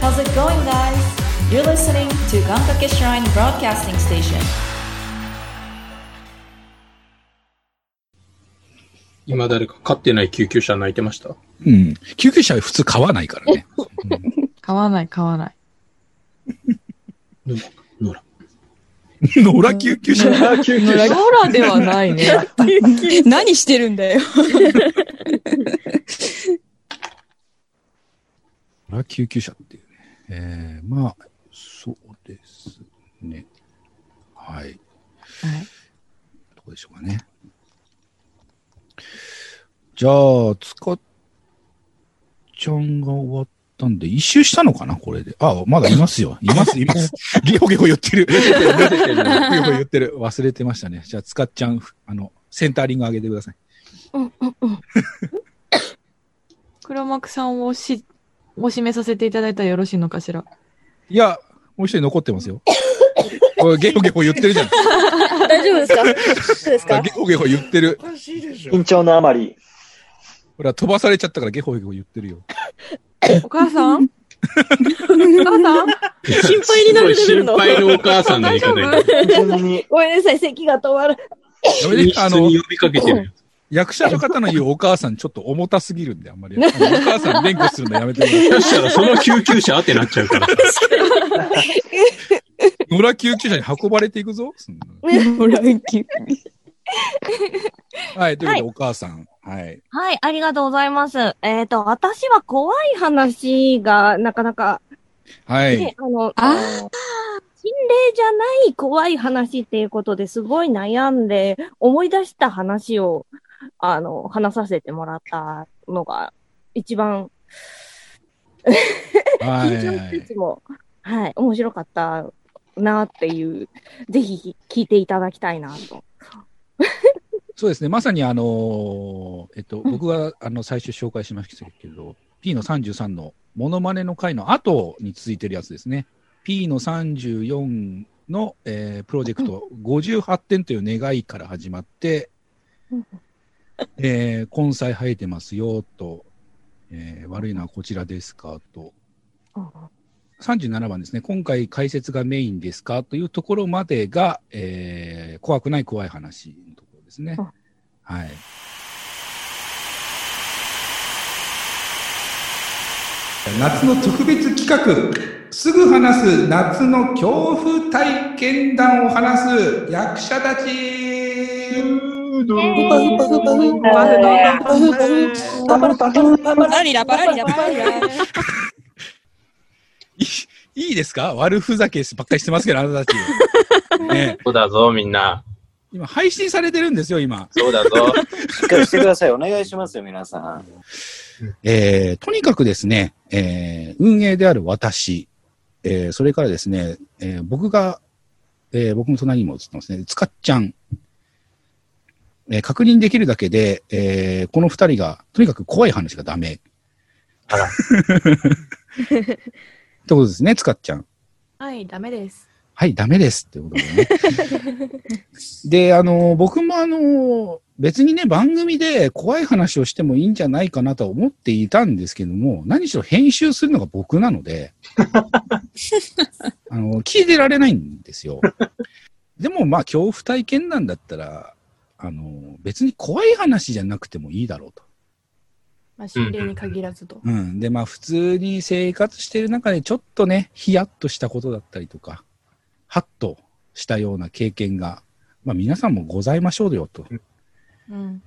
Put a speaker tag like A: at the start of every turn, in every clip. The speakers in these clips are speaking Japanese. A: How's it going, guys? You're listening to Gankake Shrine Broadcasting Station.
B: 今誰か飼ってない救急車泣いてました
C: うん。救急車は普通買わないからね。
D: 買わない、買 わない。
B: 野良野良
C: 野良救急車。
B: あ救急
D: 野
B: 車
D: 良ではないね。
E: 何してるんだよ。
C: 野良救急車っていうね。えー、まあ、そうですね。はい。
D: はい
C: どこでしょうかね。じゃあ、つかちゃんが終わったんで、一周したのかなこれで。あ、まだいますよ。います、います。ゲホゲホ言ってる。ゲホ
B: 出てるね
C: ゲホ言ってる。忘れてましたね。じゃあ、つかちゃん、あの、センタリング上げてください。
D: 黒幕さんをし、お締めさせていただいたらよろしいのかしら。
C: いや、もう一人残ってますよ。おいゲホゲホ言ってるじゃん。
E: 大丈夫ですか大丈夫ですか
C: ゲホゲホ言ってる。
F: 緊張のあまり、
C: ほら、飛ばされちゃったからゲホゲホ言ってるよ。
D: お母さんお母さん
E: 心配になるレベルの
B: すごい心配のお母さんがいかない。
F: 緊張に、
E: ごめんなさい、咳が止まる。
C: やめ
B: 寝
C: て、
B: 室
C: あの
B: に、呼びかけてる。
C: 役者の方の言うお母さんちょっと重たすぎるんで、あんまり。あのお母さん連呼するのやめてもらって。
B: そしたらその救急車ってなっちゃうから。
C: 野良救急車に運ばれていくぞ。そんな
E: ほら、
C: はい、ということで、お母さん。はい。
G: はい、ありがとうございます。えっ、と、私は怖い話がなかなか、
C: はい
G: ね。あの、
D: あ
G: 心霊じゃない怖い話っていうことですごい悩んで、思い出した話を、あの、話させてもらったのが、一番、
C: は
G: 緊
C: い。
G: 張しつつも、はい、面白かったなっていう、ぜひ聞いていただきたいなと。
C: そうですね。まさに、あのーえっと、僕が、あの、最初紹介しましたけど、P の33のモノマネの回の後に続いてるやつですね。P の34の、えープロジェクト58点という願いから始まって
G: うん、
C: えー、根菜生えてますよと、えー悪いのはこちらですかと、37番ですね、今回解説がメインですかというところまでが、えー怖くない怖い話のところですね
G: あ。
C: はい。夏の特別企画、すぐ話す夏の恐怖体験談を話す役者たち
D: バフだ。
F: パパルパパルパパ
E: パラリラ、パラリラ、パラリラ。
C: いいですか悪ふざけばっかりしてますけど、あなたたち。ね、
B: そうだぞ、みんな。
C: 今、配信されてるんですよ、今。
B: そうだぞ。
F: しっかりしてください。お願いしますよ、皆さん。
C: えーとにかくですね、えー運営である私、えーそれからですね、えー僕が、えー僕の隣にも映ってますね、つかっちゃん、えー確認できるだけで、えーこの二人が、とにかく怖い話がダメ。
B: あ ら
C: ってことですね、つかっちゃん。
D: はい、ダメです。
C: はい、ダメですってことでね。で、あの、僕もあの、別にね、番組で怖い話をしてもいいんじゃないかなとは思っていたんですけども、何しろ編集するのが僕なので、あの、聞いてられないんですよ。でもまあ、恐怖体験談だったら、あの、別に怖い話じゃなくてもいいだろうと。
D: まあ、心霊に限らずと。
C: うん。で、まあ、普通に生活している中で、ちょっとね、ヒヤッとしたことだったりとか、ハッとしたような経験が、まあ、皆さんもございましょうよと。
D: うん。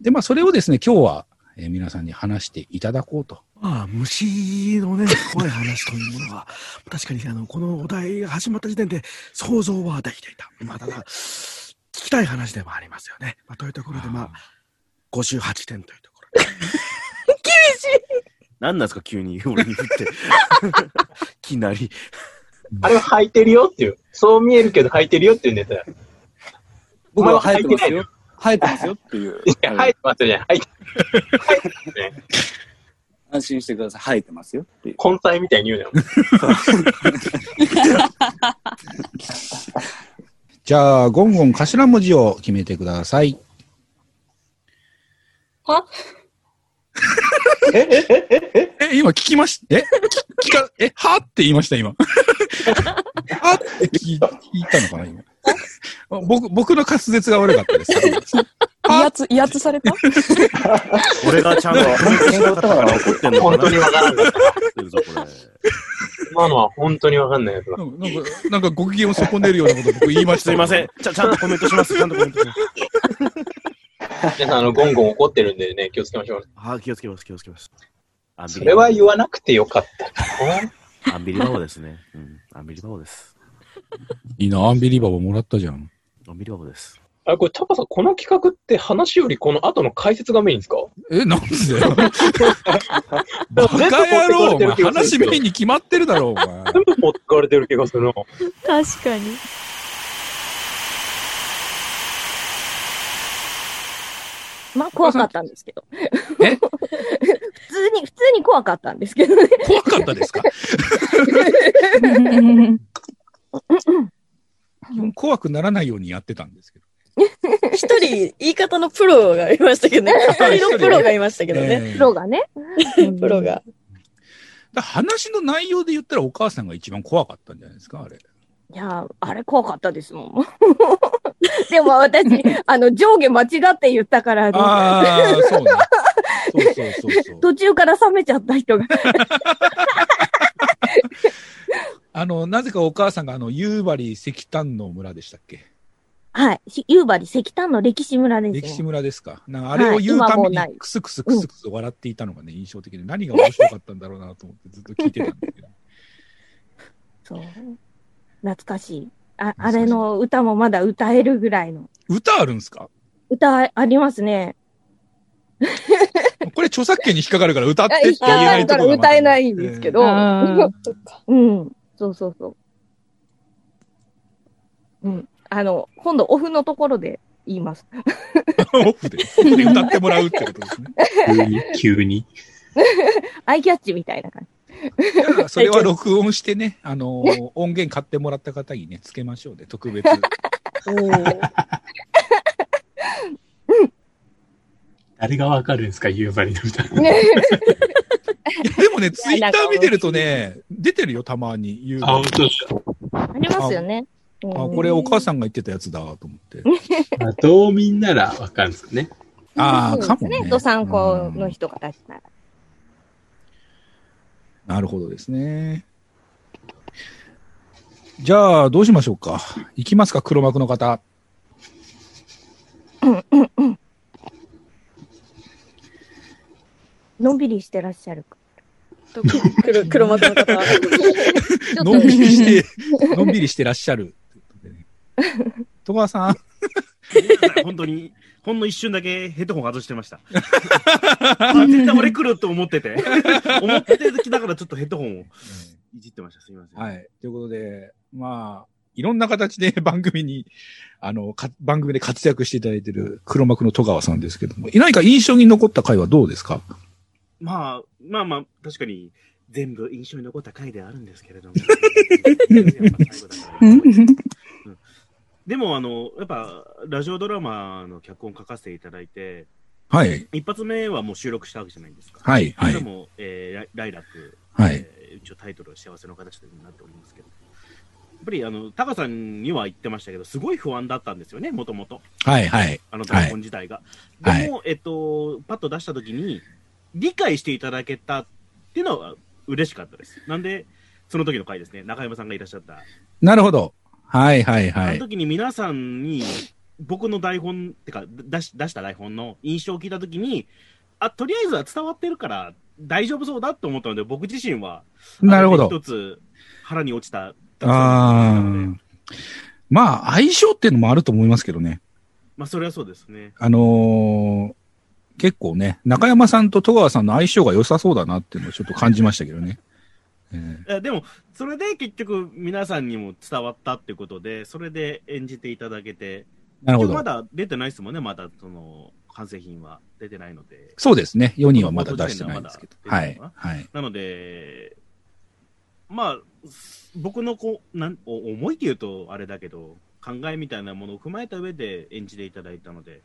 C: で、まあ、それをですね、今日は、えー皆さんに話していただこうと。
H: まあ、虫のね、怖い話というものは、 確かに、あの、このお題が始まった時点で想像はできていた。まあ、ただ、聞きたい話でもありますよね。まあ、というところで、まあ、58点というところで。何なんですか、急に俺に振って。いきなり。
I: あれは履いてるよっていう。そう見えるけど履いてるよっていうネタ。
F: 僕は生えてま
I: お
F: す
I: 前は
F: よ。生えてますよっていう。
I: いや、履いてますよね。履いて。
F: 安心してください。生えてますよっていう。
I: 根菜みたいに言うなよ。
C: じゃあ、ゴンゴン頭文字を決めてください。
E: は
C: え、今聞きまし、え、聞か、え、はって言いました、今。は って聞い聞いたのかな、今。僕、僕の滑舌が悪かったです。
E: 威圧、威圧された
J: 俺がちゃんとコメントしなかったから怒ってんのかな
I: 本当にわからんかっ
J: 怒ってるぞこれ
I: 今のは本当にわかんないやつだ。
C: なんか、なんかなんかご機嫌を損ねるようなこと僕言いました。
J: すいません。ちゃちゃんとコメントしますちゃんとコメントします
I: 皆さん、あの、ゴンゴン怒ってるんでね、気をつけましょう。
J: はい気をつけます気をつけますアンビ
I: そ
J: リ
I: れは言わなくてよかったかな。
J: アンビリバボーですねうんアンビリバボーです
C: いいな、アンビリバボーもらったじゃん。
J: アンビリバボーです
I: あれ、これ、タカさん、この企画って話よりこの後の解説がメインですか
C: え、なんでだよ。バカ野郎、お前。話メインに決まってるだろう、お前。
I: 全部持ってかれてる気がするな。
E: 確かに。
G: まあ、怖かったんですけど。
C: え
G: 普通に、普通に怖かったんですけどね。
C: 怖かったですか基本怖くならないようにやってたんですけど。
E: 一人、言い方のプロがいました けどね。二人のプロがいましたけどね。
C: ええ
G: プロがね。
E: プロが。
C: だ話の内容で言ったらお母さんが一番怖かったんじゃないですか、あれ。
G: いやー、あれ怖かったですもん。 でも 私、あの、上下間違って言ったから、
C: ああ、そうね。そうそうそうそう。
G: 途中から冷めちゃった人が。
C: あの、なぜかお母さんがあの、夕張石炭の村でしたっけ
G: はい。し夕張石炭の歴史村です、ね。
C: 歴史村ですか。なんかあれを言うため
G: はい今もうない
C: にクスクスクスクス笑っていたのがね、印象的で何が面白かったんだろうなと思ってずっと聞いてたんですけど。
G: そう。懐かしい。あ、あれの歌もまだ歌えるぐらいの。
C: 歌あるんですか
G: 歌ありますね。
C: これ著作権に引っかかるから歌ってって
G: あ
C: 言えないところがまた
G: 歌えないんですけど。
D: あー
G: うん。そうそうそう。うん。あの、今度オフのところで言います。
C: オフで、オフで歌ってもらうってことですね。
B: 急に、急に。
G: アイキャッチみたいな感じ。
C: いやそれは録音してね、あのー音源買ってもらった方にね、つけましょうね、特別。
B: 誰がわかるんですか、夕張の歌。
C: いやでもね、ツイッター見てるとね、出てるよ、たまに。言う
B: あ、
C: あ
B: 本当ですか。
G: ありますよね。うん
C: これお母さんが言ってたやつだと思って。
B: あ道民ならわかるんですかね。
C: ああ、かも
G: ね
C: ね。
G: ド参考の人が出したら。
C: うんなるほどですね。じゃあ、どうしましょうか。いきますか、黒幕の方。
G: のんびりしてらっしゃるか。
D: と黒
E: 黒幕の方。
G: ちょっ
C: のんびりして、のんびりしてらっしゃる。戸川さん、
J: ごめんなさい本当にほんの一瞬だけヘッドホン外してましたあ絶対俺来ると思ってて思ってきながらちょっとヘッドホンをいじってましたすいません
C: はい。ということで、まあ、いろんな形で 番組に、あの、か番組で活躍していただいている黒幕の戸川さんですけども、何か印象に残った回はどうですか
J: まあ、まあまあ、確かに、全部印象に残った回ではあるんですけれども。うんでも、あの、やっぱ、ラジオドラマの脚本書かせていただいて、
C: はい。
J: 一発目はもう収録したわけじゃないですか。
C: はい。は
J: それ
C: い。
J: も、えーライライラック、
C: はい。
J: えー一応タイトルは幸せの形になっておりますけど。やっぱり、あの、タカさんには言ってましたけど、すごい不安だったんですよね、もともと。
C: はい。はい。
J: あの台本自体が。
C: はい
J: でも、えっと、パッと出したときに、理解していただけたっていうのは嬉しかったです。なんで、その時の回ですね、中山さんがいらっしゃった。
C: なるほど。はい。はい。
J: あ
C: は
J: の
C: い。
J: 時に皆さんに、僕の台本、てか、出し出した台本の印象を聞いたときに、あ、とりあえずは伝わってるから、大丈夫そうだと思ったので、僕自身は、
C: なるほど
J: あの一。つ、腹に落ちた。
C: あ
J: なの
C: ー
J: で
C: まあ、相性っていうのもあると思いますけどね。
J: まあ、それはそうですね。
C: あのー結構ね、中山さんと戸川さんの相性が良さそうだなっていうのをちょっと感じましたけどね。えー
J: えでも、それで結局皆さんにも伝わったってことで、それで演じていただけて、
C: なるほど。
J: まだ出てないですもんね、まだその完成品は出てないので。
C: そうですね。4人はまだ出してないんですけど。
J: まだ
C: は
J: 出てない
C: い
J: のか。
C: はい。
J: なので、まあ、僕のこうなんお思いっていうとあれだけど、考えみたいなものを踏まえた上で演じていただいたので、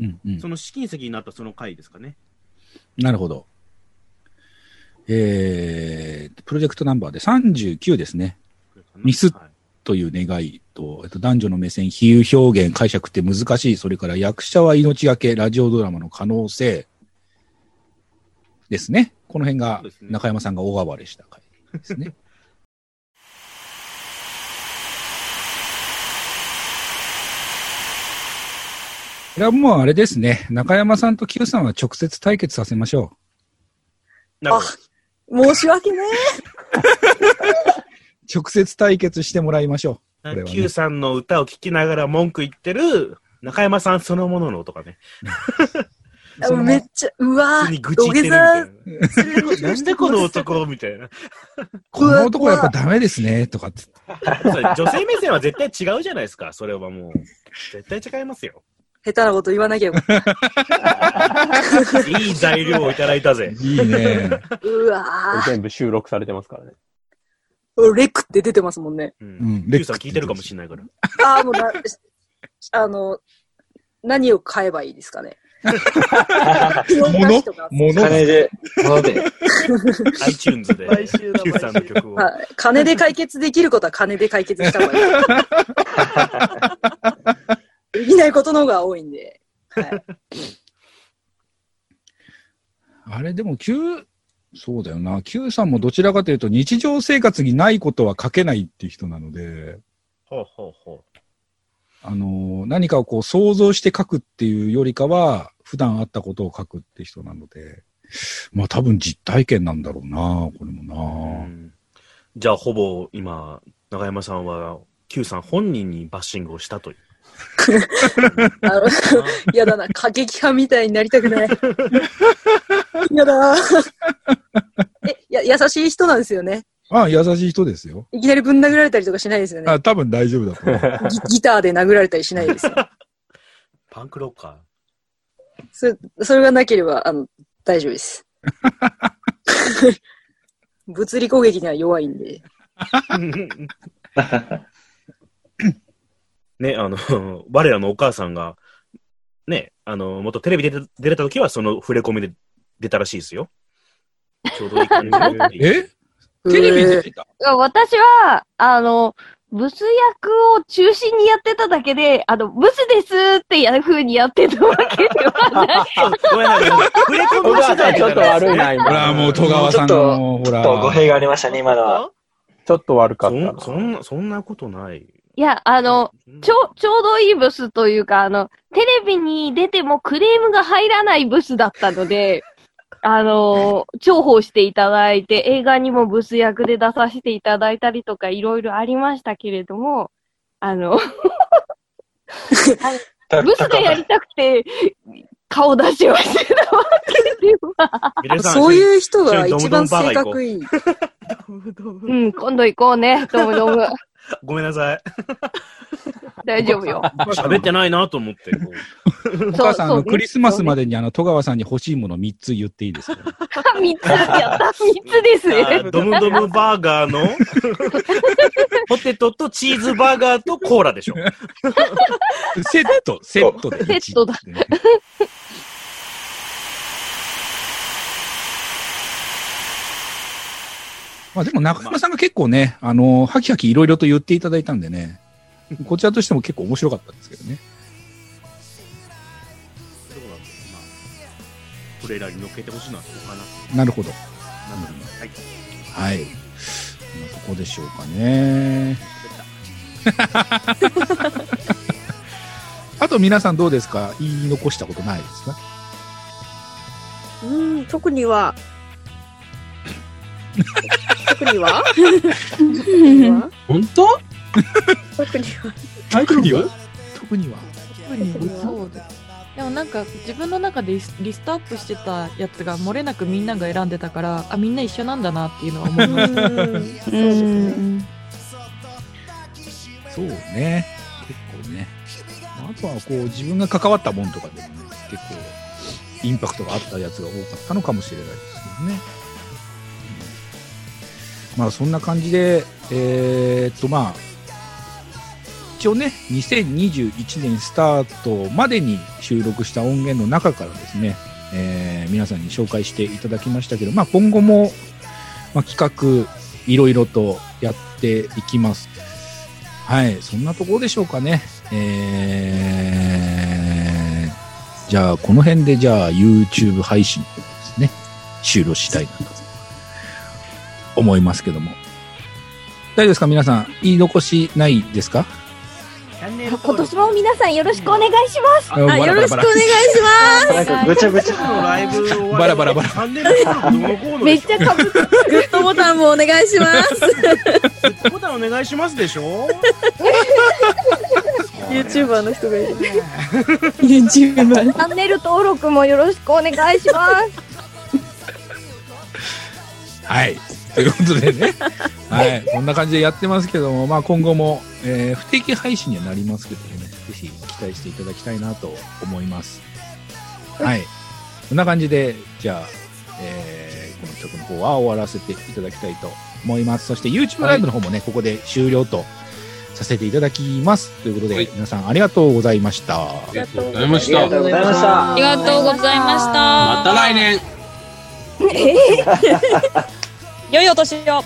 C: うんうん
J: その試金石になったその回ですかね。
C: なるほど。えー、プロジェクトナンバーで39ですね。ミスという願いと、えっと、男女の目線、比喩表現、解釈って難しい。それから役者は命がけ、ラジオドラマの可能性ですね。この辺が中山さんが大暴れした回です ね。これはもうあれですね。中山さんと Q さんは直接対決させましょう。
E: あ、申し訳ね
C: 直接対決してもらいましょう。これは、ね
J: Q。さんの歌を聴きながら文句言ってる中山さんそのものの音がね。
E: え。あめっちゃ、うわ
J: 普通に
E: ぁ、
J: 愚
E: 土
J: 痴言って
E: 下
J: るみた
E: 座
J: いな。なんでこの男みた いな。
C: この男はやっぱダメですね、とかって。
J: それ女性目線は絶対違うじゃないですか、それはもう。絶対違いますよ。
E: 下手なこと言わなきゃよかった。
J: いい材料をいただいたぜ。
C: いいね。
E: うわ
B: 全部収録されてますからね。
E: ぁ、レクって出てますもんね。
C: うん。
J: Q さん聞いてるかもしれないから。
E: ああ、もうな、あの、何を買えばいいですか ね。
C: 物物
I: 金で、物で。
J: iTunes で
D: 買収だ
J: Q さんの曲を。
E: はい金で解決できることは金で解決した方がいい。 できないことの方が多いんで。はい、
C: あれ、でも Q、そうだよな。Q さんもどちらかというと日常生活にないことは書けないっていう人なので、
J: ほうほうほ
C: あのー何かをこう想像して書くっていうよりかは、普段あったことを書くって人なので、まあ多分実体験なんだろうな、これ
J: うう
C: もな。
J: ん。じゃあ、ほぼ今、中山さんは Q さん本人にバッシングをしたという。
E: あの、やだな、過激派みたいになりたくない。やだえや、優しい人なんですよね。
C: ああ優しい人ですよ。
E: いきなりぶん殴られたりとかしないですよね。
C: あ多分大丈夫だと思う。
E: ギギターで殴られたりしないですよ。
J: パンクロッカ
E: それそれがなければ、あの、大丈夫です。 物理攻撃には弱いんで。
J: ー。 ね、あの、我らのお母さんが、ね、あの、元テレビで出れた時は、その触れ込みで出たらしいですよ。ちょうどいい感じのってい う
C: えテレビ
E: え
C: に
E: ー
C: 出た
G: 私は、あの、ブス役を中心にやってただけで、あの、ブスですってやる風にやってたわけではない。
J: ごめんなさい。触れ込
I: お
J: み
I: 母
J: 次
I: さん
J: 第
I: ちょっと悪いな、今。
C: ほら、もう戸川さんの、ほら。
I: ちょっと語弊がありましたね、今のは。
B: ちょっと悪か
J: そ
B: った
J: ん
B: な。
J: そんな、そんなことない。
G: いや、あの、ちょ、ちょうどいいブスというか、あの、テレビに出てもクレームが入らないブスだったので、あの、重宝していただいて、映画にもブス役で出させていただいたりとか、いろいろありましたけれども、あの、
I: た
G: ブスでやりたくて、顔出しをしてたわけでは。
J: 皆さん
E: そういう人が一番性格いい。
G: うん、今度行こうね、ドムドム。
J: ごめんな さい。
G: 大丈夫よ。
J: 喋ってないなと 思って。こう
C: お母さん、あ
G: そ
C: の、
G: うそう
C: クリスマスまでに、あの、戸川さんに欲しいもの3つ言っていいですか
G: 三つ、やった、三つです
J: あ
G: ね。
J: ドムドムバーガ ーのポテトとチーズバーガーとコーラでしょ。
C: セット、セットで1。
G: セットだ
C: まあでも中山さんが結構ね、あのハキハキいろいろと言っていただいたんでね、こちらとしても結構面白かったんですけどね。
J: そうなんですまあトレーラーに乗っけてほしいのはここかな。
C: なるほど。
J: なんだろうなはい。
C: はい。まあ、ここでしょうかね。 あと皆さんどうですか言い残したことないですか
E: うん、特には。 特に は
B: 本当
E: 特に は。
C: 特には特には。
D: そうです。でもなんか自分の中でリスリストアップしてたやつが漏れなくみんなが選んでたからあみんな一緒なんだなっていうのは思 います。
E: そうですね。
C: そうね。結構ね。あとはこう自分が関わったもんとかでもね、結構インパクトがあったやつが多かったのかもしれないですけどね。うんまあそんな感じで、えーっとまあ、一応ね、2021年スタートまでに収録した音源の中からですね、えー皆さんに紹介していただきましたけど、まあ今後もまあ、企画、いろいろとやっていきます。はい、そんなところでしょうかね。えー、じゃあ、この辺で、じゃあ、YouTube 配信ですね、終了したいなと思いますけども。大丈夫ですか皆さん、言い残しないですか
G: 今年も皆さんよろしくお願いします。
C: あバラバラバラ
G: 願
J: なんかぐちゃぐちゃのライブ終わり
C: バラバラバラ。
G: めっちゃかぶって
K: グッドボタンもお願いします。
J: ボタンお願いしますでしょ
E: YouTuber の人がいる。
G: チャンネル登録もよろしくお願いします。
C: はい。ということで ね。はい。こんな感じでやってますけども、まあ今後も、えー不定期配信にはなりますけどね、ぜひ期待していただきたいなと思います。はい。こんな感じで、じゃあ、えーこの曲の方は終わらせていただきたいと思います。そして YouTube ライブの方もね、ここで終了とさせていただきます。ということで、皆さんありがとうございました。あり
B: がとうございましたありがとうございま
K: ありがとうございました。
B: また来年
K: 良いお年を。